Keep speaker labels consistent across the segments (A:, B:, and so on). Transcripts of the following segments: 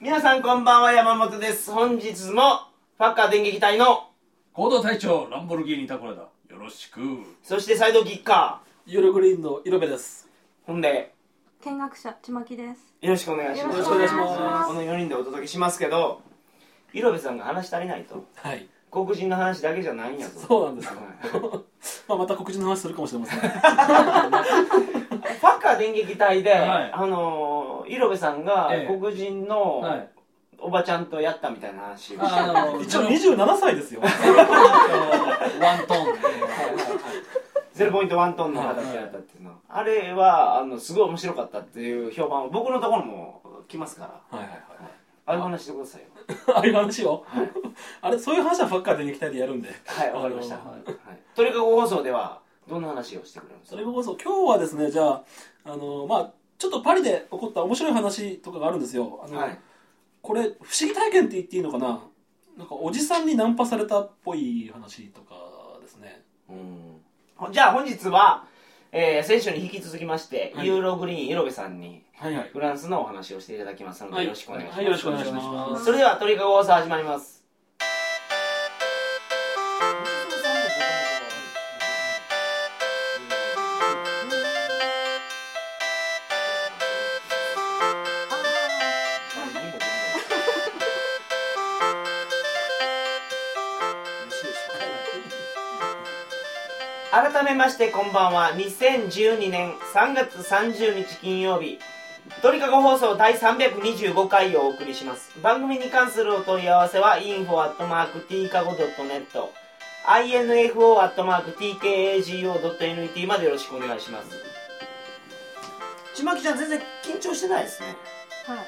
A: 皆さんこんばんは山本です本日もファッカー電撃隊の
B: 行動隊長ランボルギーニタコラだよろしく
A: そしてサイドキッカ
C: ヨルグリーンの色目です。
A: ーほんで
D: 見学者ちまきです
A: よろしくお願いします
C: よろしくお願いします
A: この4人でお届けしますけど色部さんが話し足りないと
C: はい。
A: 黒人の話だけじゃないんやと
C: そうなんですよ
A: はい
C: まあまた黒人の話するかもしれませ ん。
A: ファッカー電撃隊で、
B: はい
A: あのー、色部さんが
B: ええ
A: 黒人の
B: はい
A: おばちゃんとやったみたいな話をして、
B: あの
C: 一応27歳ですよ。
B: ワントーンで
A: ゼロポイントワントンの方とやったっていうの、あれはあのすごい面白かったっていう評判を僕のところも来ますから
C: はいはいはい。
A: あれお話してくださいよ
C: ああいう話を。あれそういう話はばっかりできたいでやるんで。
A: はいわかりました、
C: あの
A: はいとにかく放送ではどんな話をしてくれるんです
C: そ
A: か
C: れこそ今日はですねじゃああのまあちょっとパリで起こった面白い話とかがあるんですよ。あの
A: はい
C: これ不思議体験って言っていいのかな。なんかおじさんにナンパされたっぽい話とかですね。
A: うんじゃあ本日は、えー、先週に引き続きまして、
C: はい
A: ユーログリーン色部さんに
C: はいはい。
A: フランスのお話をしていただきますのでよろしくお願いします、
C: はいよろしくお願いします。
A: それではトリカゴ放送始まります改めましてこんばんは2012年3月30日金曜日鳥かご放送第325回をお送りします番組に関するお問い合わせは info.tkago.net info.tkago.net までよろしくお願いしますちまきちゃん全然緊張してないですね
D: はい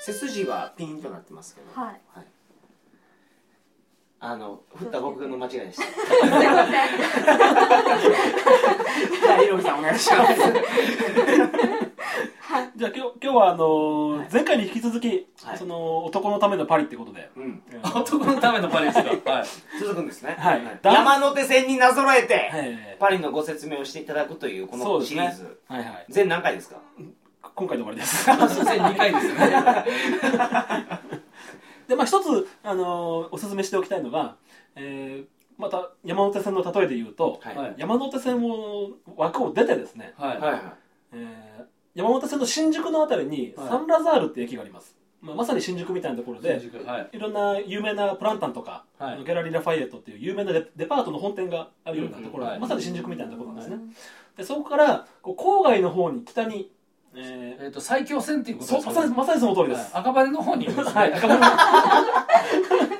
A: 背筋はピンとなってますけど
D: はい
A: あの振った僕の間違い でした
D: すい
A: じゃ
D: ません
A: あひろみさんお願いします
C: じゃあ今日今日はあのー前回に引き続き、
A: はい
C: その男のためのパリってこ とで、
A: うん
C: えー
B: 男のためのパリですかはい
A: 続くんですね
C: はい
A: 山手線になぞらえて、
C: はいはい
A: パリのご説明をしていただくというこ
C: そう
A: の
C: です
A: シ
C: ね
A: リーズ、
C: はいはい
A: 全何回ですか
C: 今回で終わりです
B: そして2回ですよね
C: でまあ一つ、あのーおすすめしておきたいのが、えーまた山手線の例えで言うと、
A: はい
B: はい
C: 山手線を枠を出てですね、
B: はい
A: はいはい
C: えー山手線の新宿のあたりに
B: はい
C: サンラザールっていう駅があります、まあ、まさに新宿みたいなところで
B: 新宿はい
C: いろんな有名なプランタンとか、
B: はい
C: あのギャラリー・ラファイエットっていう有名なデデパートの本店があるようなところ、
B: うんはい
C: まさに新宿みたいなところなんですね、でそこからこう郊外の方に北に、え
B: えっと最強戦っていう
C: ー、
B: ことで
C: そう
B: す
C: ま
B: か
C: さにまさにその通りで
B: はい
C: す、
B: 赤羽の方にいるんですね
C: はい、赤羽の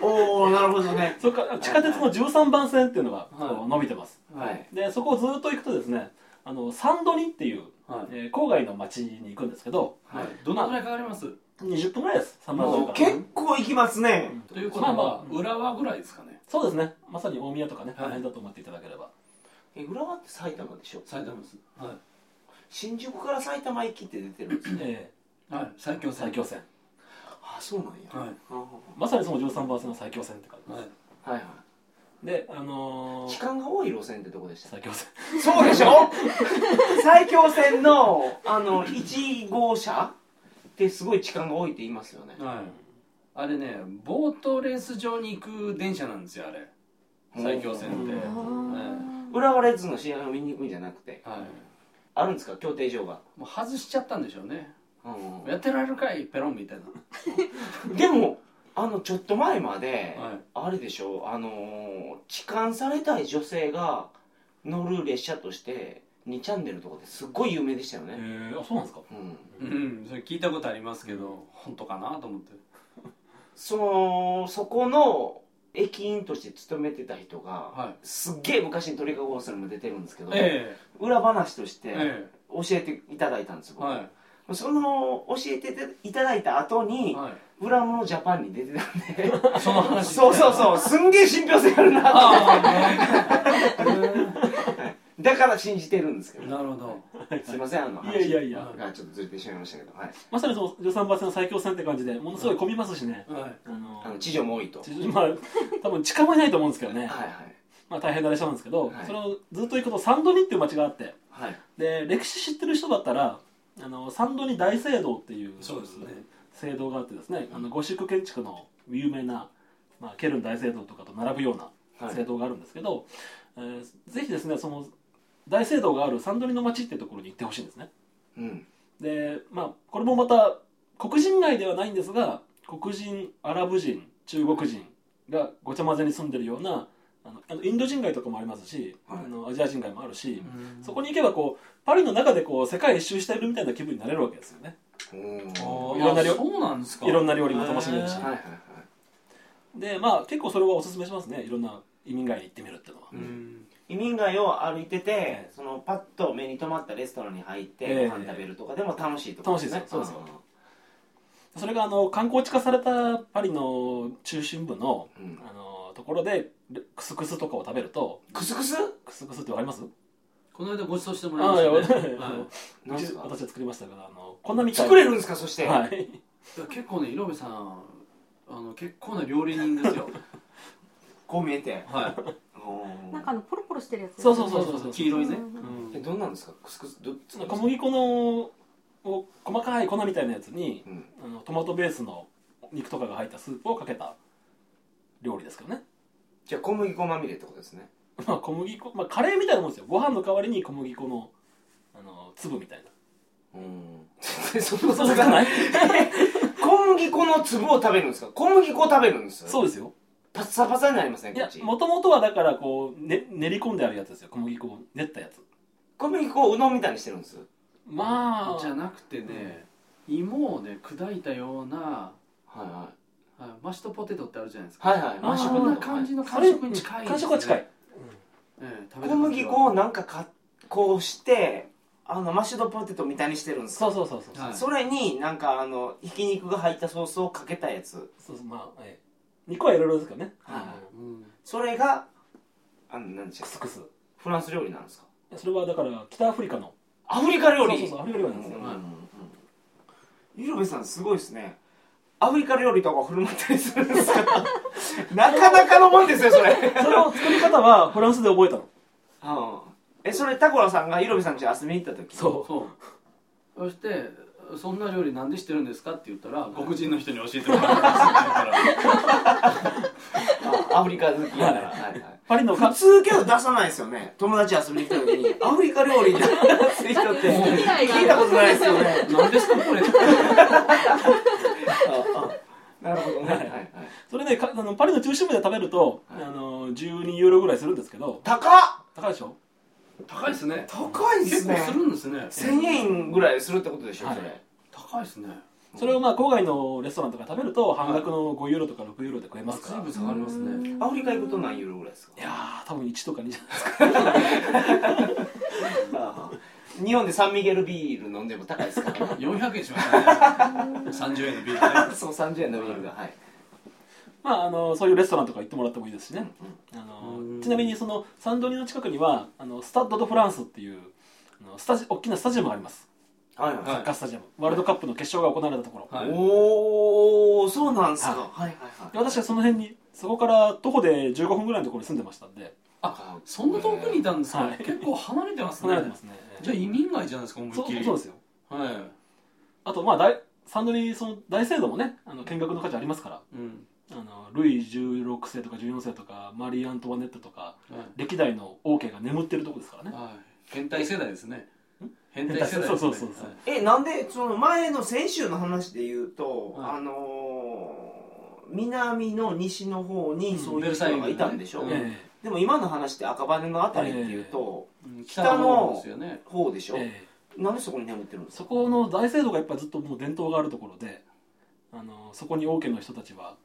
A: おおなるほどね
C: そこから地下鉄の13番線っていうのが
B: はい
C: こう伸びてます、
A: はい
C: でそこをずっと行くとですねあのサンドニっていう、
B: はい
C: えー郊外の町に行くんですけど
B: はいどのくらいかかります
C: 20分ぐらいですサンラザール
A: も
C: か
A: う
C: ら
A: 結構行きますね
B: ということは、
C: まあまあ
B: 浦和ぐらいですかね
C: そうですねまさに大宮とかね、
B: はい
C: あの辺だと思っていただければ
A: え浦和って埼玉でしょ
B: 埼玉ですは
A: 新宿から埼玉行きって出てるんですね
C: え
B: い、はい、最強
C: ー
B: 戦
C: 埼京線
A: あそうなんや
B: はい
A: い
C: まさにその13番線の埼京線って感じです、
B: は
A: は
B: い
A: い
C: であの
A: 時
C: ー、
A: 間が多い路線ってとこでした
C: 埼京線
A: そうでしょ埼京線のあの1号車ってすごい時間が多いって言いますよね
B: はい、あれねボートレース場に行く電車なんですよあれ埼京線って、
C: うん
D: あー
A: 浦和レッズの試合を見に行くんじゃなくて
B: はい
A: あるんですか協定場が、
B: もう外しちゃったんでしょうね
A: うん
B: やってられるかいペロンみたい
A: でもあのちょっと前まで、
B: はい
A: あれでしょあのー痴漢されたい女性が乗る列車として2チャンネルとかですっごい有名でしたよ
C: え
A: ね、
C: ー、あそうなんですか
A: うん、
B: なうんそれ聞いたことありますけど本当かなと思って
A: そのそこの駅員として勤めてた人が、
B: は
A: すっげえ昔に「トリカゴ放送」にも出てるんですけど、
B: え
A: 裏話とし
B: え
A: て
B: え
A: 教えていただいたんですよ
B: え
A: 僕
B: は
A: その教えていただいた後
B: い、
A: に、
B: は
A: 裏物ジャパンに出てたん で
B: い、その話
A: そうそうそうすんげえ信憑性あるなと
B: ああ、
A: だから信じてるんですけど
B: なるほど
A: すいませんあの
C: いやいやい
B: は
C: や
A: 話
B: い
A: がちょっとずれてしまいましたけど、はい、
C: まさにその13番線の埼京線って感じでものすごい混みますしね、
B: はい
C: あの
A: あの地上も多いと
C: 地上まあ多分近場にないと思うんですけどね、
A: はい
C: まあ、大変な列車なんですけど、
A: はい
C: それをずっと行くとサンドニっていう町があって
A: はいはい
C: で歴史知ってる人だったらあの参道に大聖堂っていう
B: そうですね
C: 聖堂があってですねあのゴシック建築の有名な、まあ、ケルン大聖堂とかと並ぶような
A: はい
C: 聖堂があるんですけど、えーぜひですねその大聖堂があるサンドリの町っていうところに行ってほしいんですね
A: うん
C: でまあこれもまた黒人街ではないんですが黒人アラブ人中国人がごちゃ混ぜに住んでるようなあのあのインド人街とかもありますし、
A: はい
C: あのアジア人街もあるし、
B: うん
C: そこに行けばこうパリの中でこう世界一周してるみたいな気分になれるわけですよね
A: おーはい
B: あ
C: ろんな
B: あ
C: 料
B: そうなんですか
C: いろんな料理も楽しめるし
B: へー
A: はいはい
C: でまあ結構それはおすすめしますねいろんな移民街に行ってみるっていうのは、
B: うん
A: 移民街を歩いてて、
C: え
A: そのパッと目に留まったレストランに入って、
C: ええ
A: ご飯食べるとかでも楽しいとか、
C: 楽しいですよそうです
A: よ、
C: それがあの観光地化されたパリの中心部の
A: うん、
C: あのところでレクスクスとかを食べると
A: クスクス
C: クスクスってわかります
B: この間ご馳走してもらいましたね
C: ああいや
B: は
C: う
A: なん
C: ち
A: すか
C: 私は作りましたからあのこんなみたい
A: 作れるんですかそして、
C: はい
B: い結構ね井上さんあの結構な料理人ですよ
A: こう見えて
B: は
A: おー
D: なんかあのポロポロしてるやつ
C: そうそう
B: い
C: そう
B: 黄色いね
D: うん
B: うん
A: えどんなんですかクスクスど
C: その小麦粉のを細かい粉みたいなやつに
A: うん
C: あのトマトベースの肉とかが入ったスープをかけた料理ですけどね、
A: じゃあ小麦粉まみれってことですね
C: まあ、小麦粉、まあ、カレーみたいなもんですよご飯の代わりに小麦粉のあの粒みたいな
A: うんそこそ
C: そう
A: こ
C: じゃない
A: 小麦粉の粒を食べるんですか小麦粉を食べるんです
C: そうですよ
A: パッサパサになりますね
C: い
A: こ
C: や
A: っち
C: もともとはだからこう、ね、練り込んであるやつですよ小麦粉を練ったやつ
A: 小麦粉をうどんみたいにしてるんです
C: まあ
B: じゃなくてね芋をね砕いたような
A: はいは
B: はいマッシュドポテトってあるじゃないですか
A: はいはい
B: マッシュ
C: ポテト
B: こんな感じの
C: そ
B: 感
C: れ
B: 触に近いですね
C: 感触は近い
B: ええ食べ
A: 小
B: た感じ
A: 麦
B: は
A: 粉をなんか加工してあのマッシュドポテトみたいにしてるんです
C: そ
A: か
C: うそうそうそう、
B: はい
A: それになんかあのひき肉が入ったソースをかけたやつ
C: そうそうまあ、ええ、肉はいろいろですけどね、
A: はい
C: あの
B: うん
A: それがあの何でした
C: ク
A: っけ
C: スクス
A: フランス料理なんですか
C: それはだから北アフリカの
A: アフリカ料理
C: そうそうそうアフリカ料理なんですよ
A: う
B: はい
A: うんうん、井上さんすごいですねアフリカ料理とか振る舞ったりするんですか なかなかのもんですよそれ
C: その作り方はフランスで覚えたの
A: うんえそれタコラさんが井上さん家遊びに行った時
C: そ
B: そうそして「そんな料理なんで知ってるんですか?」って言ったら黒人の人に教えてもらったん ですよ
A: あアフリカ好きやから、
C: は
A: はいはい
C: パリの
A: 普
C: か
A: 通けど出さないですよね友達遊びに来た時にアフリカ料理って出す人って
B: だって
D: 嫌いが
A: 聞いたことないですよね
B: 何ですかこれ
A: なるほどね、
C: はいそれでかあのパリの中心部で食べると、
A: はい
C: あの12ユーロぐらいするんですけど
A: 高っ
C: 高いでしょ
B: 高いですね
A: 高いで
B: 結
A: す
B: 構
A: ね
B: するんですね
A: 1000円ぐらいするってことでしょ、
C: はい
A: それ
B: 高いですね
C: それをまあ郊外のレストランとか食べると半額の5ユーロとか6ユーロで食えますか
B: 随
C: ら、
B: 分
C: い
B: 下がりますね
A: アフリカ行くと何ユーロぐらいですか
C: やー多分1とか2じゃないですか
A: 日本でサンミゲルビール飲んでも高いですから
B: 400円しましたね30円のビールね
A: そう30円のビールがはい、
C: まああのそういうレストランとか行ってもらってもいいですしね、あ
B: うん
C: のちなみにそのサンドリの近くにはあのスタッド・ド・フランスっていうあのスタジ大きなスタジアムがあります
A: はいはい、
B: は
C: サッカースタジアム、ワールドカップの決勝が行われたところ、
B: はい
A: おおそうなんですか、
C: はい
A: はい、はいはい
C: で私はその辺にそこから徒歩で15分ぐらいのところに住んでましたんで
B: あそんな遠くにいたんですか
C: はい
B: 結構離れてます
C: 離れて
B: ね
C: ますね
B: じゃあ移民街じゃないですか思い
C: そ
B: っき
C: う
B: り
C: そうですよ
B: は
C: あとまあ大サンドリーその大聖堂もねあの見学の価値ありますから
B: いうん
C: あのルイ16世とか14世とかマリー・アントワネットとか
B: はい
C: 歴代の王家が眠ってるとこですからね
B: はい変態世代ですね変態世代ですね
C: そうそうそうそう
B: はい
A: えなんでその前の先週の話で言うと、
B: はい
A: あのー南の西の方にそういう人がいたんでしょ、
B: うんベルサイユのね
C: え
A: でも今の話って赤羽のあたりっていうと、
B: うん
A: 北
B: 北
A: の
B: の方ですよね
A: 方でし
C: え
A: ょ、
C: ええ
A: なんでそこに眠ってるんです
C: そ
A: か
C: この大聖堂がやっぱりずっともう伝統があるところであのそこに王家の人たちは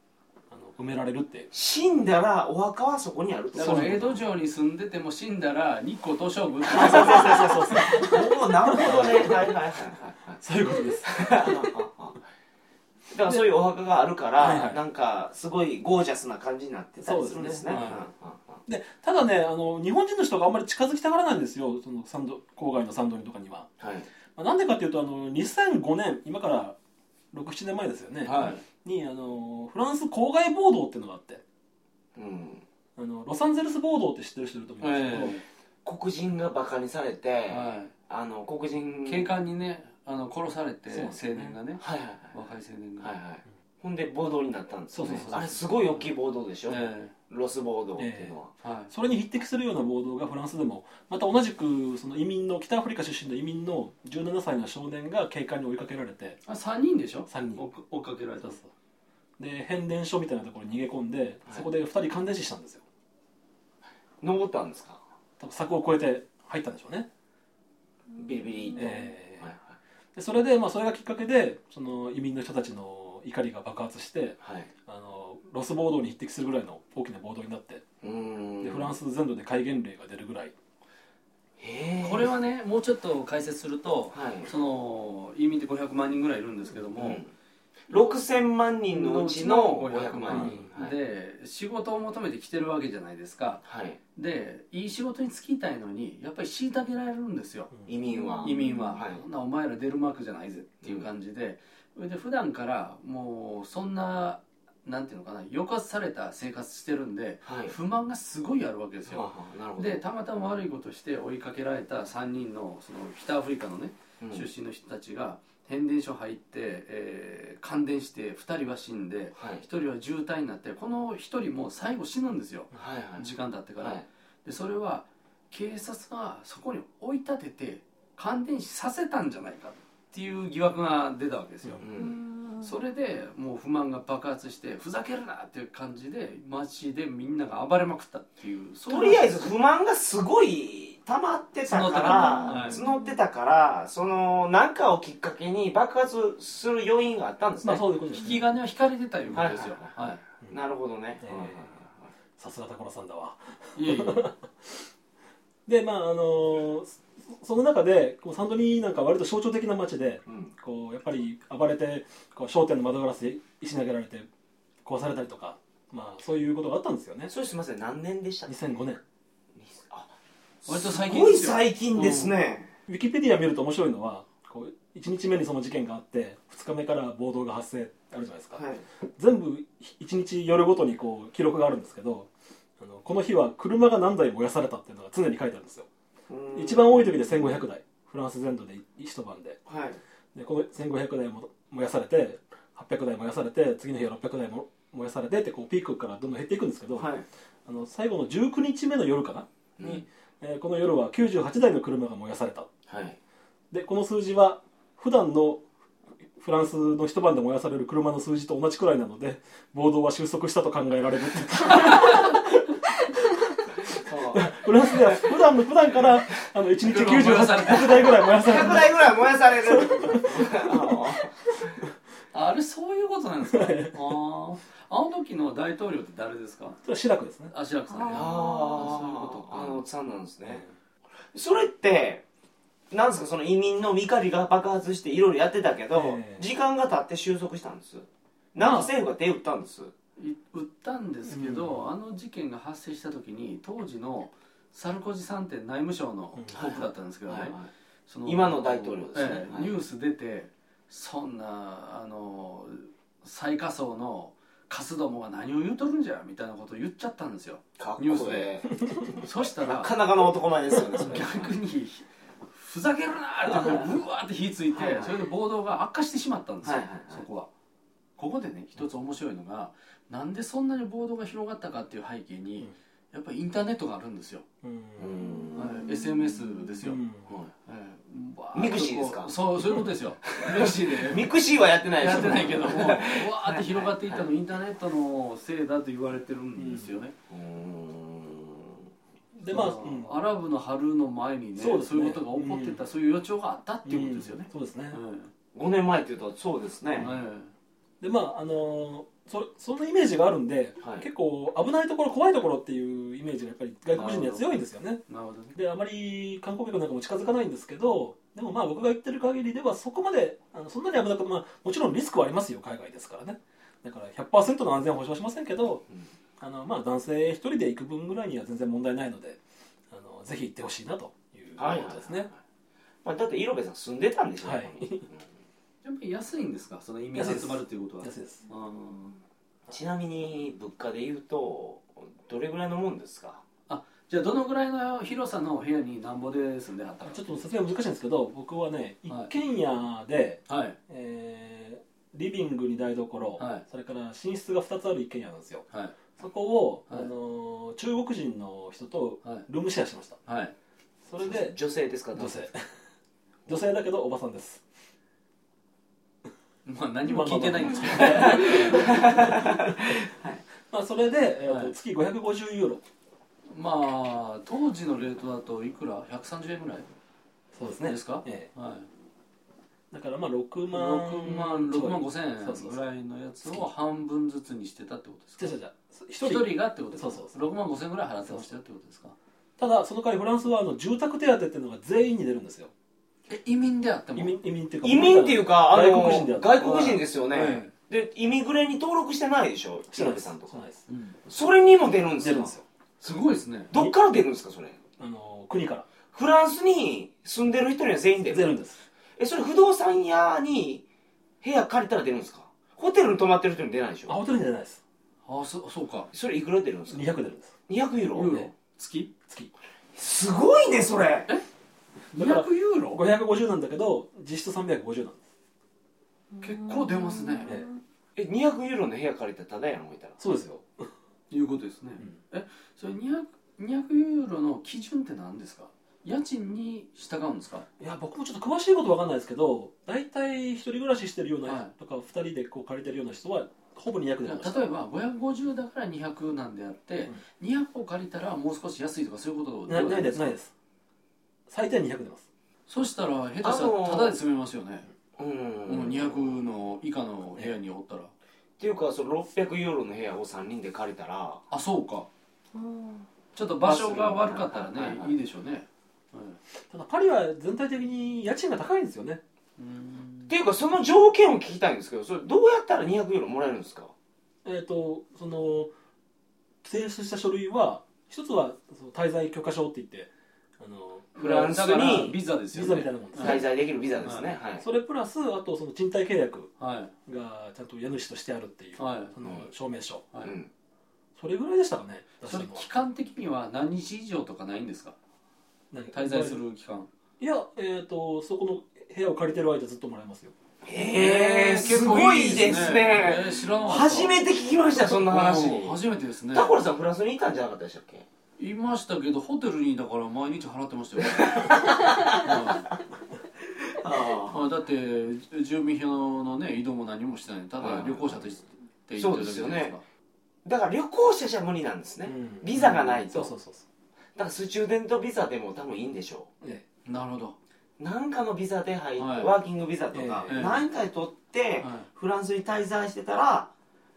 C: あの埋められるって
A: 死んだらお墓はそこにあるって
B: だ
A: こ
B: か
A: と
B: ら
C: そう
B: 江戸城に住んでても死んだら日光東照宮
C: そうそうそうそうそう
A: おおなるほどねはいはいはいはいはい
C: そういうことです
A: だからそういうお墓があるから、
C: はいはい
A: なんかすごいゴージャスな感じになってたりするんですね
C: そうですね
A: うんうんうん
C: でただねあの日本人の人があんまり近づきたがらないんですよそのサンド郊外のサンドリーとかには、
A: はい
C: まあ、なんでかっていうとあの2005年今から67年前ですよね、
B: はい
C: にあのフランス郊外暴動っていうのがあって
A: うん
C: あのロサンゼルス暴動って知ってる人いると思うんですけど、
B: え
A: 黒人がバカにされて、
B: えは
A: あの黒人
B: い警官にねあの殺されて
C: そう
B: 青
C: ですね
B: 年がね
A: はいはい
B: 若い青年が、
A: はいはいはいほんで暴動になったんですね
C: そうそうそう
A: あれすごい大きい暴動でしょ、
B: え
A: ロス暴動っていうのは、
B: えはい
C: それに匹敵するような暴動がフランスでもまた同じくその移民の北アフリカ出身の移民の17歳の少年が警官に追いかけられて
B: あ3人でしょ
C: 3人
B: 追っ追っかけられた
C: そうそうで変電所みたいなところに逃げ込んで、そこで2人感電死したんですよ
A: 登ったんですか
C: 多分柵を越えて入ったんでしょうね
A: ビリビリと、
C: ええ
A: はい
C: でそれで、まあ、それがきっかけでその移民の人たちの怒りが爆発して
A: はい、はい、
C: あのロス暴動に匹敵するぐらいの大きな暴動になって
A: うーん
C: でフランス全土で戒厳令が出るぐらい
A: へえ
B: これはねもうちょっと解説すると、
A: はい
B: その移民って500万人ぐらいいるんですけども、
A: うん6000万人のうちの500
B: 500
A: 万
B: 万
A: 人
B: 人、で仕事を求めて来てるわけじゃないですか
A: はい、はい、
B: でいい仕事に就きたいのにやっぱり虐げられるんですよ
A: 移民は
B: 移民は、
A: はい
B: そんなお前ら出る幕じゃないぜっていう感じで、それで普段からもうそんななんていうのかな抑圧された生活してるんで
A: はい
B: 不満がすごいあるわけです
A: はあ
B: よ、
A: はあなるほど
B: でたまたま悪いことして追いかけられた3人のその北アフリカのね
A: うん
B: 出身の人たちが変電所入って、えー感電して2人は死んで
A: はい
B: 1人は重体になってこの1人も最後死ぬんですよ
A: はいはい
B: 時間経ってから、
A: はい
B: でそれは警察がそこに追い立てて感電死させたんじゃないかっていう疑惑が出たわけですよ、
A: う
D: うんん
B: それでもう不満が爆発してふざけるなっていう感じで街でみんなが暴れまくったっていうそう
A: と
B: いう
A: りあ
B: 話
A: え
B: で
A: ず
B: す
A: 不満がすごい溜まってた
B: 募
A: か
B: ってた
A: ら
B: はい
A: 募ってたからその何かをきっかけに爆発する要因があったんです
C: まあ
A: ね
C: そういうことです
B: 引
C: ね
B: き金は引かれてたいうことですよ
A: はい
B: は
A: なるほどね
C: ええ
A: はいはい
C: さすが所さんだわ
B: いいえいえ
C: でまああのーそその中でこうサンドニーなんか割と象徴的な街で
A: うん
C: こうやっぱり暴れてこう商店の窓ガラスで石投げられて壊されたりとか、まあ、そういうことがあったんですよね
A: それすみません何年でした
C: 2005年
A: あ
B: 割と
A: す
B: 最近
A: ご
B: で
A: い
B: すよ
A: 最近ですね
C: ウィキペディア見ると面白いのはこう1日目にその事件があって2日目から暴動が発生あるじゃないですか、
A: はい
C: 全部1日夜ごとにこう記録があるんですけどあのこの日は車が何台燃やされたっていうのが常に書いてあるんですよ、
A: うん
C: 一番多い時で1500台フランス全土で一晩で
A: はい
C: でこの1500台も燃やされて800台燃やされて次の日は600台も燃やされてってこうピークからどんどん減っていくんですけど、
A: はい
C: あの最後の19日目の夜かな、
A: うん
C: に、えーこの夜は98台の車が燃やされた
A: はい
C: でこの数字は普段のフランスの一晩で燃やされる車の数字と同じくらいなので暴動は収束したと考えられるって
A: そう
C: フランスでは普段の普段からあの1日
B: 車燃やされて
C: 98台ぐらい燃やされ
A: 100
C: る
A: 台ぐらい燃やされる
B: あれそういうことなんですかあーあの時の大統領って誰ですか
C: それはシラクですね
B: あ志らくさんね
A: あ
B: あ
A: あ
B: ーそういうことか
A: あのおっさんなんですねそれってなんですかその移民の怒りが爆発していろいろやってたけど、
C: ええ
A: 時間が経って収束したんですなんか政府が手打ったんです、
B: い売ったんですけど、あの事件が発生した時に当時のサルコジさんって内務省のトップだったんですけどね、そ
A: 今の大統領ですね
B: ええ
A: はい
B: ニュース出てそんなあの最下層のカスどもが何を言うとるんじゃみたいなことを言っちゃったんですよ
A: かっこ
B: ニ
A: い
B: ュ
A: い
B: ースでそした
A: な
B: ら
A: かなかの男前ですよねそれ
B: 逆にふざけるなーってこううわーって火ついて、
A: はいはい
B: それで暴動が悪化してしまったんですよ、
A: はいはいはい
B: そこはここでね一つ面白いのがなんでそんなに暴動が広がったかっていう背景に、やっぱりインターネットがあるんですよ、
C: うん
A: うん
B: はい SNS ですよ、
C: うん
B: えーわ
A: ミクシーですか
B: そうそういうことですよミクシーで
A: ミクシーはやってないでしょ
B: やってないけどもわーって広がっていったのインターネットのせいだと言われてるんですよね、
A: うーん
C: でまあ、
B: その
C: うん
B: アラブの春の前にね
C: そ
B: そうう
C: ですね
B: いうことが起こってた、そういう予兆があったっていうことですよね
C: うん、そうですね、
B: うん
A: 5年前っていうとそうですね、
C: でまああのーそそのイメージがあるんで、
A: はい
C: 結構危ないところ怖いところっていうイメージがやっぱり外国人には強いんですよね
B: なるほどね
C: であまり観光客なんかも近づかないんですけどでもまあ僕が言ってる限りではそこまであのそんなに危なく、まあ、もちろんリスクはありますよ海外ですからねだから100%の安全は保証しませんけど、
A: うん
C: あのまあ、男性一人で行く分ぐらいには全然問題ないのであのぜひ行ってほしいなという
A: はい
C: ことですね、
A: まあ、だって色部さん住んでたんでしょ、
C: はい
A: ここにうん
B: やっぱり安いんですかその移民が
C: 安いで
B: 集
C: す
B: まるっていうことは
C: 安いです
B: あー
A: ちなみに物価で言うとどれぐらいのもんですか
B: あじじゃあどのぐらいの広さの部屋になんぼで住んではった
C: ちょっとさすがに難しいんですけど僕はね一
B: はい
C: 軒家で、
B: のはい
C: えーリビングに台所、
B: はい
C: それから寝室が2つある一軒家なんですよ
B: はい
C: そこを、
B: はい
C: あのー中国人の人と
B: はい
C: ルームシェアしました
B: はい
C: それで
A: 女性ですか
C: 女性 女性だけどおばさんです
B: まあ何も聞いてないんですけど
C: まあそれで、えーと
B: はい
C: 月550ユーロ
B: まあ当時のレートだといくら130円ぐらい
C: そうです
B: ですか
C: え
B: はい
C: えだからまあ6万
B: 6万6万5
C: そ
B: 千円
C: うそうそう
B: ぐらいのやつを半分ずつにしてたってことですか
C: じゃじゃじゃ1
B: 一
C: 人
B: 人がってことですか
C: そうそう
B: 6万5千円ぐらい払ってほしいってことですか
C: ただその代わりフランスはあの住宅手当っていうのが全員に出るんですよ
B: え移民であっても
C: 移民移民っていうか
A: 移民っていうか、あの
C: 外国人であった
A: 外国人ですよね、
B: はい
A: で、イミグレに登録してないでしょ、
C: してないで
A: 井上
C: す
A: さんと
C: して
A: か
C: ない。です
B: うん
A: それにも出るんです
C: 出るん
A: よ
C: で。すよ
B: すごいですね
A: どっから出るんですか、それ。
C: あの国から
A: フランスに住んでる人には全員出
C: 出
A: る。
C: るんです
A: え、それ不動産屋に部屋借りたら出るんですかホテルに泊まってる人に出ないでし
C: あ
A: ょ
C: ホテルに出ないです
B: あそそうか
A: それいくら出るんですか
C: 200出るんです
A: 200ユーロ
B: ユーロ月
C: 月
A: すごいね、それ。
C: だから
B: 200ユーロ
C: 550なんだけど実質350なんです
B: 結構出ますね
C: え
A: え、200ユーロの部屋借りたらただやん、置いたら。
C: そうですよ
B: いうことですね
C: ん
B: えそれ 200, 200ユーロの基準って何ですか家賃に従うんですか
C: いや僕もちょっと詳しいことわかんないですけど大体一人暮らししてるような、
B: はい
C: とか2人でこう借りてるような人はほぼ200出ました
B: 例えば550だから200なんであって、200を借りたらもう少し安いとかそういうこと
C: なない
B: で
C: ですす
B: か
C: ないです最低は200出ます
B: そしたら下手したらただで住めますよね、
A: うん
B: この200の以下の部屋におったら、
A: っていうかその600ユーロの部屋を3人で借りたら
B: あそうか
D: うん
B: ちょっと場所が悪かったら
A: はい
B: ね、い
A: はいいはい
B: でしょうね、
C: ただパリは全体的に家賃が高いんですよね
B: うん
A: っていうかその条件を聞きたいんですけどそれどうやったら200ユーロもらえるんですか
C: えっ、とその提出した書類は一つはその滞在許可証って言ってあの
A: フランスに
B: だからビザですよ
C: ビ
B: ね
C: ザみたいなもんですね、
B: は
A: 滞在できるビザですねはい
C: それプラスあとその賃貸契約
B: はい
C: がちゃんと家主としてあるっていう、
B: はい
C: その証明書
B: はい、
A: うん
C: それぐらいでしたかね出し
B: そ
C: た
B: れ
C: のは
B: 期間的には何日以上とかないんですか
C: 何
B: 滞在する期間
C: いやえっ、とそこの部屋を借りてる間ずっともらえますよ
A: へえすごいですね
B: えー知らなかった
A: 初めて聞きましたそんな話
B: うん初めてですね
A: タコラさんフランスにいたんじゃなかったでしたっけ
B: いましたけどホテルにだから毎日払ってましたよ、はい
A: あ
B: あだって住民票のね移動も何もしてないただ旅行者として行ってるだ
A: そ
B: けじゃない
A: うですよねだから旅行者じゃ無理なんですね
C: うん
A: ビザがないと
C: そう
A: だ
C: そ
A: か
C: うそうそ
A: らスチューデントビザでも多分いいんでしょ
C: う、え
B: なるほど、
A: うなんかのビザで入って
B: はい
A: ワーキングビザとか
B: ええ
A: 何回取って
B: はい
A: フランスに滞在してたら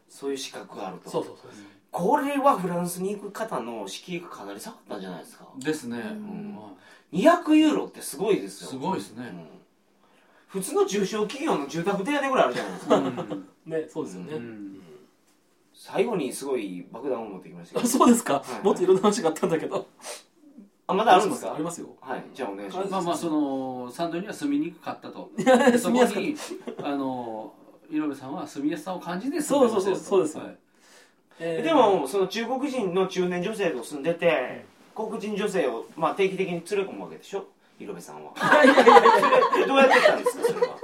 A: そういう資格がある
C: え
A: と
C: そうそうそう
A: これはフランスに行く方の敷居がかなり下がったんじゃないですか
B: ですね、
D: ん
B: はい
A: 200ユーロってすごいですよ
B: すごいです
A: う
B: ね、
A: ん普通の中小企業の住宅手当ぐらいあるじゃないですか
C: ねそうですよね、
B: う
C: うん
B: ん
A: 最後にすごい爆弾を持ってきました
C: あ
A: けど
C: そうですか、
A: はい
C: もっといろんな話があったんだけど
A: あまだあるんですか
C: ありますよ
A: はいじゃあお願いします
B: まあまあそのサンドには住みにくかったとそ
C: 住み
B: こ
C: やすかっ
B: にあの井上さんは住みやすさを感じて
C: そうそうそうそうです
B: はい
C: えー
A: でもその中国人の中年女性と住んでて黒人女性をまあ定期的に連れ込むわけでしょ井上さんはそれ どうやってたんですかそれは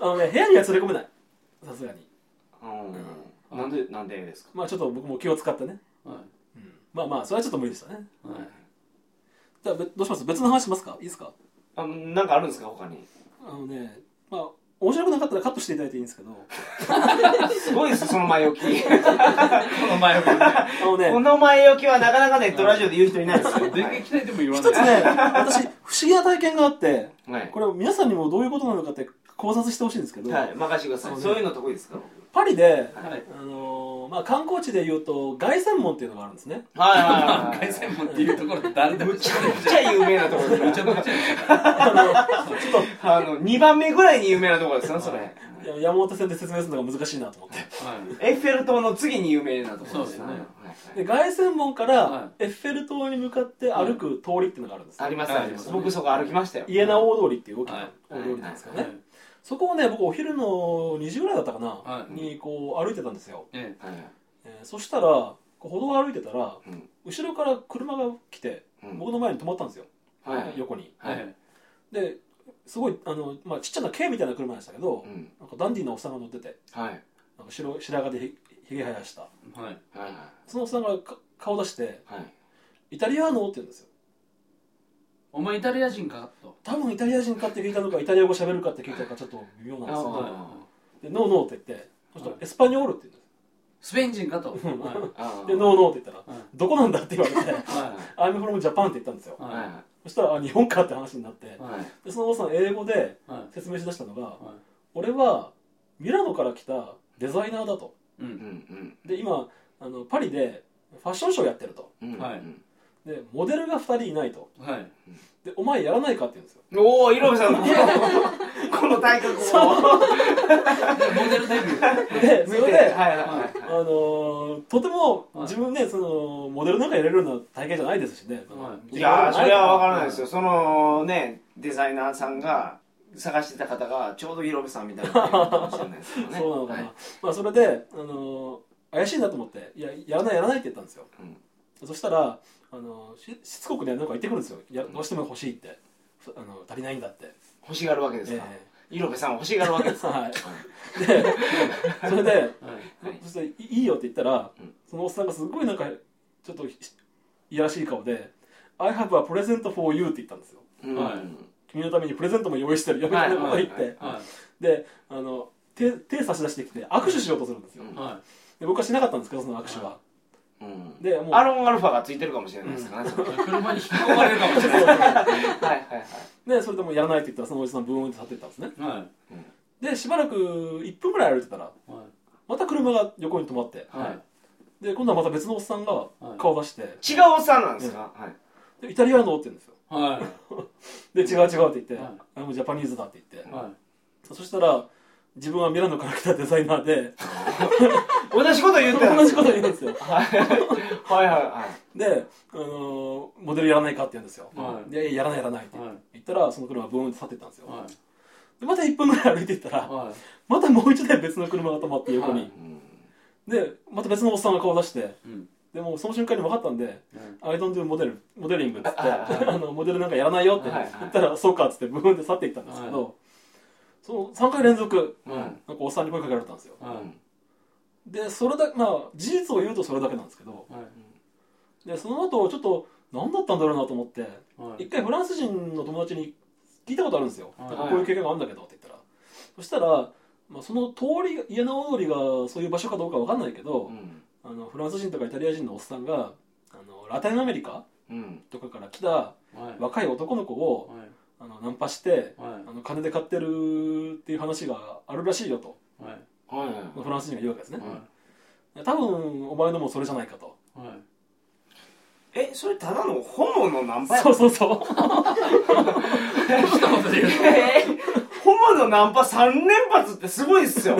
C: あのね部屋には連れ込めないさすがに
A: うんなんでなんでですか
C: まあちょっと僕も気を使ってね、
B: は
C: うんまあまあそれはちょっと無理でしたね
B: いはい
C: じゃあべどうします別の話しますかいいですか
A: あなんかあるんですか他に
C: あのねまあ面白くなかったらカットしていただいていいんですけど
A: すごいですその前置き
B: この前は
C: あのね
A: この前置きはなかなかネットラジオで言う人いないですよ
B: 電撃隊でも言わ
C: 一つ
B: ない
C: ね私不思議な体験があって
A: はい
C: これ皆さんにもどういうことなのかって考察してほしいんですけど、
A: はい、任せてください。そういうの得意ですか。
C: パリで、
B: はい
C: あのーまあ、観光地でいうと凱旋門っていうのがあるんですね
A: はいはいはい
B: 凱旋門っていうところで誰でも
A: むちゃくちゃ有名なところ
B: む
A: です
B: ちゃ
A: ね。
B: むちゃ
A: あの二番目ぐらいに有名なところですね、それ。
C: いや山手線で説明するのが難しいなと思って
B: はい
A: エッフェル塔の次に有名なところです
B: そう
A: ね
B: ですね。
C: で凱旋門から
B: は
C: エッフェル塔に向かって歩く通りっていうのがあるんです、
A: あります
B: はい
A: あります。僕そこ歩きましたよ。
C: イエナ大通りっていう大き
B: は
C: ない大通りなんですけどね、
B: はい
C: そこをね僕お昼の2時ぐらいだったかな、
B: はい
C: にこう歩いてたんですよ、
B: え
A: はい。
C: えーそしたらこう歩道を歩いてたら
A: うん
C: 後ろから車が来て
A: ううん
C: 僕の前に止まったんですよ、
A: はいはい
C: 横に
B: はい
C: ですごいあの、まあ、ちっちゃな軽みたいな車でしたけど、
A: うん
C: なんかダンディーなおっさんが乗ってて
A: はい
C: なんか白白髪でひひげ生やした
B: はい
A: はい
C: そのおっさんがか顔出して
A: はい
C: 「イタリアーノ?」って言うんですよ
B: お前イタリア人かと
C: 多分イタリア人かって聞いたのかイタリア語喋るかって聞いたのかちょっと微妙なんですけど
A: はい
C: で「ノーノー」って言ってそしたら「エスパニョール」って言う
B: スペイン人かとはい
C: んですよ
A: あー
C: で「ノーノー」って言ったら
B: はい
C: 「どこなんだ?」って言われて
A: は
C: 「アーミフロムジャパン」って言ったんですよ
A: い
B: は
C: そしたらあ「日本か」って話になって
A: はいはい
C: でそのおっさん英語で
B: いは
C: 説明しだしたのが
B: い
C: 「俺はミラノから来たデザイナーだ」と
B: う
A: うん
B: ん
C: で今あのパリでファッションショーやってると
A: うんうん
B: はい
C: でモデルが2人いないと
B: はい
C: で「お前やらないか」って言うん ですよ
A: おお色部さんのこの体格も
B: モデルデビュー
C: でそ
A: 見て
C: れで
A: はいはい
C: あ
A: は
C: のーとても
B: はい
C: 自分ねそのモデルなんかやれるような体型じゃないですしね、
B: はい
A: いいやーそれは分から
C: い
A: ないですよそのねデザイナーさんが探してた方がちょうど色部さんみたいな方かもしれないですけ どね
C: そうなのかな、
A: はい
C: まあ、それで、あのー怪しいなと思って「いややらないやらない」って言ったんですよ、そしたら、あのーししつこくねなんか言ってくるんですよいやどうしても欲しいって、ふあの足りないんだって
A: 欲しがるわけですか
C: え
A: 色部さんを欲 しがるわけです
C: え
A: か
C: はい でそれで
B: はい
A: はい
C: そして「いいいよ」って言ったら、
A: うん
C: そのおっさんがすごいなんかちょっとひいやらしい顔で「I have a present for you」って言ったんですよ
A: うん
B: はい
C: 君のためにプレゼントも用意してるよみたいなことを言って、
A: はいはい
B: は
C: であの手手差し出してきて握手しようとするんですよ、
B: いは
C: で僕はしなかったんですけどその握手は、
A: うん
C: でもう
A: アロンアルファがついてるかもしれないですからねそれ
B: い車に引き込まれるかもしれないは
A: はいはいはい
C: でそれでもうやらないって言ったらそのおじさんブーンって立ってったんですね
B: いはい
C: でしばらく1分ぐらい歩いてたらまた車が横に止まって
B: はい
C: で今度はまた別のおっさんが
B: はい
C: 顔出して、
A: 違うおっさんなんですか、はい
C: でイタリアのって言うんですよ
B: はい
C: で違う違うって言って、
B: はい
C: あもうジャパニーズだって言って、
B: はい
C: そしたら自分はミラノから来たデザイナーで
A: 同じこと言ってたん
C: 同
A: で
C: じ
A: す
C: こと言うんですよ
A: はいはいは
C: で、あのーモデルやらないかって言うんですよ、
B: はい
C: でやらないやらないって
B: はい
C: 言ったらその車はブーンって去ってったんですよ、
B: はい
C: でまた1分ぐらい歩いていったら、
B: はい
C: またもう一台別の車が止まって横に、
B: はい
A: い、うん
C: でまた別のおっさんが顔出して
B: うん
C: でもうその瞬間に分かったんで「I don't do モデルモデリング」っつって「
A: はいはい
C: あのモデルなんかやらないよ」って
A: はいはい
C: 言ったら「そうか」っつってブーンって去っていったんですけど、
B: は
C: その3回連続
A: うん
B: はい
C: なんかおっさんに声かけられたんですよ
A: う
B: はい
A: ん
C: でそれだまあ事実を言うとそれだけなんですけど
B: はい
C: でその後ちょっと何だったんだろうなと思って
B: はい
C: 一回フランス人の友達に聞いたことあるんですよ、
B: はい
C: なんかこういう経験があるんだけどって言ったらそしたら、まあ、その通りが家の通りがそういう場所かどうかわかんないけど、
A: うん
C: あのフランス人とかイタリア人のおっさんがあのラテンアメリカ
A: うん
C: とかから来た
B: はい
C: 若い男の子を
B: はい
C: あのナンパして
B: はい
C: あの金で買ってるっていう話があるらしいよと
B: はい
A: はいはい
C: フランス人が言うわけですね、
B: は
C: 多分お前のもそれじゃないかと
B: いはい
A: えそれただのホモのナンパや
C: そうそうそう
B: 一言で言うと
A: えーホモのナンパ3連発ってすごいっすよ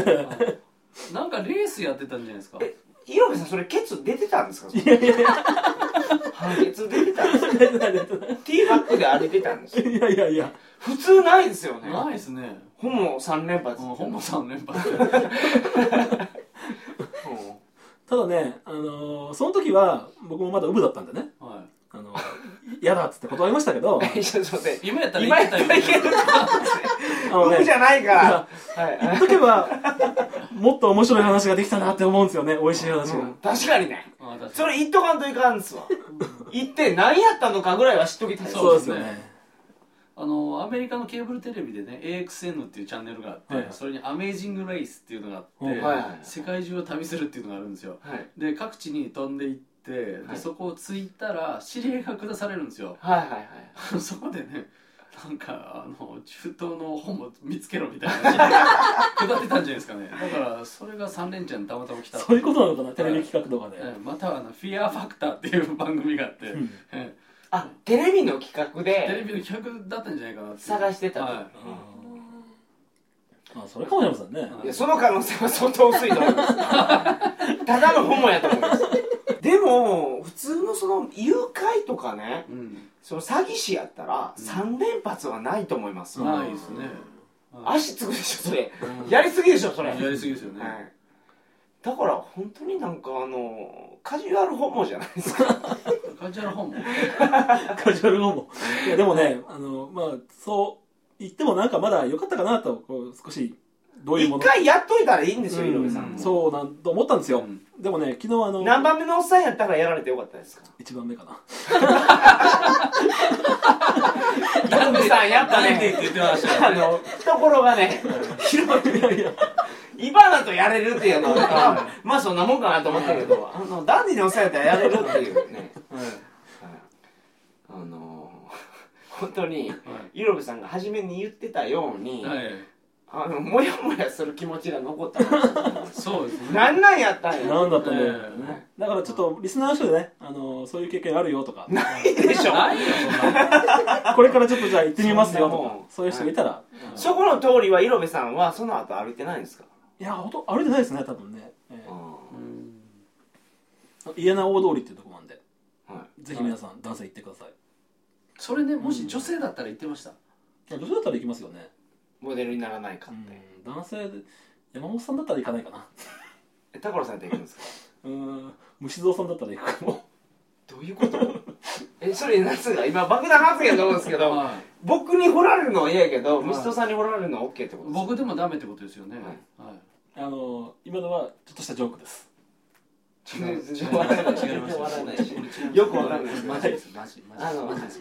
B: なんかレースやってたんじゃないですか
A: え色部さんそれケツ出てたんですかそれ
C: いやいやいや
A: ケツ出てたんですか
C: 出てない出てな
A: ティーバックで歩いてたんですよ
C: いいやいやいや
A: 普通ないですよね
B: ないですね
A: ホモ3連
B: う
A: 発
B: ん本間さん 連覇
A: う
C: ただね、あのーその時は僕もまだウブだったんでね、
B: は
C: あのー嫌だっつって断りました けど、
A: んちょっと待って
B: い今やったら
A: 今や
B: 行
A: っ
B: き
A: たら
B: たいみた
A: い
B: い
A: ける
C: あの
A: 僕じ
C: ね、
A: ゃないから
C: 言
A: は
C: っ
A: い
C: とけば、もっと面白い話ができたなって思うんですよね、美味しい話が。
A: 確かにね
B: なあ確かに
A: それ言っとかんといかんっすわ言って何やったのかぐらいは知っときたい
B: そうですね
C: よ
B: あのアメリカのケーブルテレビでね AXN っていうチャンネルがあって、
C: はいはい
B: それに「アメイジング・レイス」っていうのがあって、
C: はい
A: はいはい
B: 世界中を旅するっていうのがあるんですよ
A: はい
B: で各地に飛んでいってで、
A: はい
B: そこを着いたら指令が下されるんですよ
A: はいはいはい
B: そこでねなんかあの中東の本を見つけろみたいな指令が下ってたんじゃないです かねだからそれが3連チャンにたまたま来た
C: そういうことなのかな、テレビ企画とかで。
B: ええまたはあのフィアファクターっていう番組があって、
C: うん
B: え
A: あテレビの企画
B: えテレ
A: で
B: ビの企画だったんじゃないかなっていう
A: 探してたと
B: はい
C: まあ、それかもしれませんね。
A: いやその可能性は相当薄いと思いますただのホモやと思いますでも普通のその誘拐とかね
B: うん、
A: その詐欺師やったら3連発はないと思いますよ、
B: ないですね、
A: 足つくでしょそれ
B: うん
A: やりすぎでしょそれ、
B: やりすぎですよね、
A: はいだから本当になんかあのカジュアルホモじゃないですか
B: カジュアルホーム
C: カジュアルホモいやでもねあのまあそう言ってもなんかまだ良かったかなとこう少しどういうも
A: 一
C: の
A: 回やっといたらいいんですよ
C: うん
A: 井上さんも
C: そうなんと思ったんですよ、
B: うん
C: でもね昨日あの
A: 何番目のおっさんやったらやられてよかったですか
C: 一番目かな
A: 井上さんやっぱ
B: なんで
A: ね
B: って言ってました
A: あ
B: よね
A: の懐がね広い
C: いやいや
A: イバナとやれるっていうのはまあまあそんなもんかなと思ったけどあのダンディのおっさんやったらやれるっていうねあの本当に
B: は
A: 井上さんが初めに言ってたように、
B: いはい
A: あのモヤモヤする気持ちが残ったん です
B: そうですね
A: なんなんやったんや
C: 何だったんだよ、
B: え
C: だからちょっとリスナーの人でねあのそういう経験あるよとか
A: ないでしょ
B: ないよそんな
C: これからちょっとじゃあ行ってみますよと
A: そんな
C: か
A: もん
C: そういう人がいたら、
A: そこの通りは井上さんはその後歩いてないんですか、
C: い、やほとんど歩いてないですね多分ね、え
A: あ
B: のうん
C: ー家な大通りっていうとこなんで
A: ーはい
C: ぜひ皆さん男性行ってください
B: それねもし女性だったら言ってました
C: 女性だったら行きますよね
A: モデルにならないかって、
C: うん男性で山本さんだったら行かないかな
A: えタコロさんって行くんですか
C: うん虫蔵さんだったら行くかも
A: どういうこと えそれなんつうか今爆弾発言と思うんですけど
B: はい
A: 僕に掘られるのは嫌やけど
B: はい
A: 虫戸さんに掘られるのは OK ってことです
B: 僕でもダメってことですよね
A: はい
B: はい
C: あの今のはちょっとしたジョークです
A: 違う全然笑えない
B: 違い
A: 全
B: ま
A: 然笑えないし
B: す
A: よくわかんない
B: マジですマジマジ
A: あの
B: マジです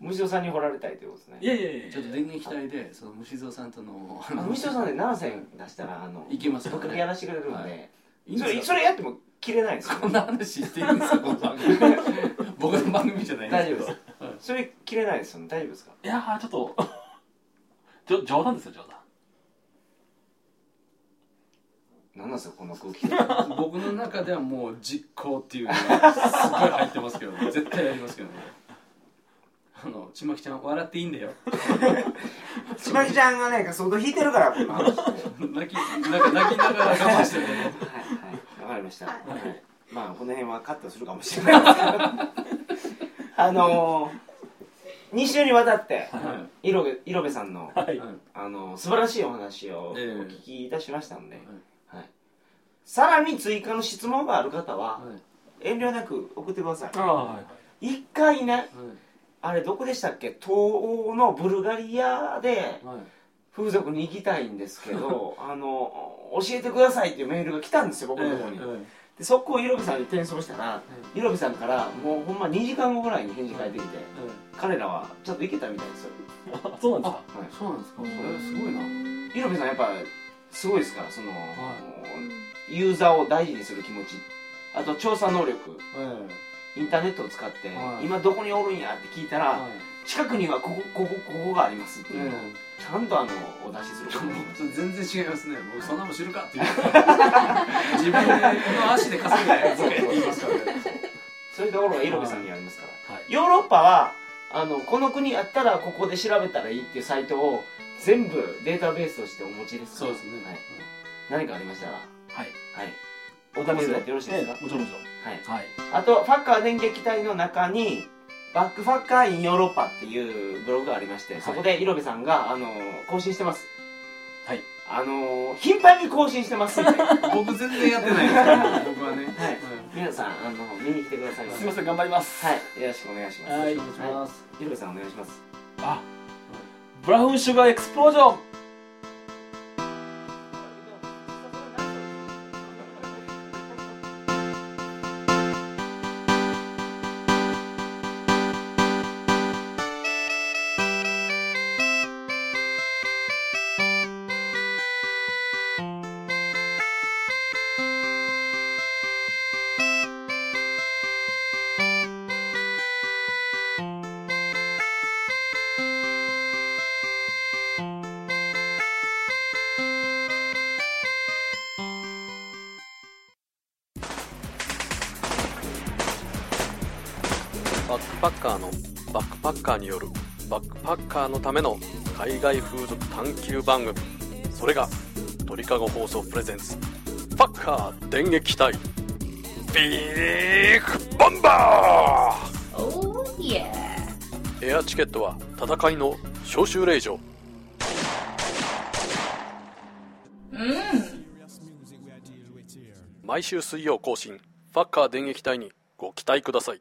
A: 虫戸さんに掘られたいということですね
C: いやいやいや
B: ちょっと電源期待でその虫蔵さんとのあ
A: あの
B: の
A: 虫戸さんで7千出したらあの
B: いけますからね
A: 僕がやらせてくれるんで、
B: はいいいん
A: そ
B: で
A: れ
B: す
A: そ
B: か
A: れやっても切れないですか
B: こんな話していいんですかこの番組僕の番組じゃないんで
A: 大
B: す
A: 丈夫
B: けど
A: ですそれ切れないですよね大丈夫ですか
C: いやーちょっと じょ冗談ですよ冗談
A: 何なんですかこの空 気
B: 僕の中ではもう実行っていうのがすごい入ってますけどね絶対やりますけどねあのちまきちゃん笑っていいんだよ
A: ちまきちゃんがね相当引いてるからこの話はい
B: 泣きなんか泣きながら我慢してるね
A: はいわかりました、
D: は
A: はいまあこの辺はカットするかもしれない ですけどあのー、2週にわたって
B: は
A: イロベイロベさんの、
C: はい
B: いはい
A: あのー素晴らしいお話をお
B: ええ
A: 聞きいたしましたので、はい、さらに追加の質問がある方は
B: はい
A: 遠慮なく送ってください
C: ああはいはい
A: 一回ね
B: は
A: あれどこでしたっけ東欧のブルガリアで
B: いはい
A: 風俗に行きたいんですけ どあの教えてくださいっていうメールが来たんですよ僕の方に、で速攻イロビさんに転送したらイロビさんからもうほんま2時間後ぐらいに返事返ってきて、彼らはちょっと行けたみたいですよ
C: あそうなんですか
A: はい
B: そうなんですか
C: うん
B: それすごいな
A: イロビさんやっぱすごいですからその、ユーザーを大事にする気持ちあと調査能力インターネットを使って、
B: はい
A: 今どこにおるんやって聞いたら、近くにはここここここがありますっていうのをちゃんとあのお出しすること
B: 僕と全然違いますね僕そんなもん知るかっていう自分の足で稼いだやつって言いますからね
A: そういうところがイロベさんにありますから、
C: はい
A: ヨーロッパはあのこの国あったらここで調べたらいいっていうサイトを全部データベースとしてお持ちですから
B: そうですね
A: はい、何かありましたらはい
C: はい
A: お試しいただいてよろしいですか、
C: ええもちろんもちろん
A: はい、
C: はい
A: あとファッカー電撃隊の中にバックファッカーインヨーロッパっていうブログがありまして、
C: はい
A: そこでイロベさんがあの更新してます
C: はい
A: あの頻繁に更新してますんで
B: 僕全然やってないですから僕はね
A: はい皆さんあの見に来てください
C: すいません頑張ります
A: はい、よろしくお願いします。
C: はい
B: よろしくお願いします
A: い、ゆるさんお願いします。
C: あブラウンシュガーエクスプロージョン
E: バックパッカーのバックパッカーによるバックパッカーのための海外風俗探求番組それが鳥かご放送プレゼンツパッカー電撃隊ビッグボンバー
F: Oh yeah.
E: エアチケットは戦いの招集令状
F: Mmm.
C: 毎週水曜更新ファッカー電撃隊にご期待ください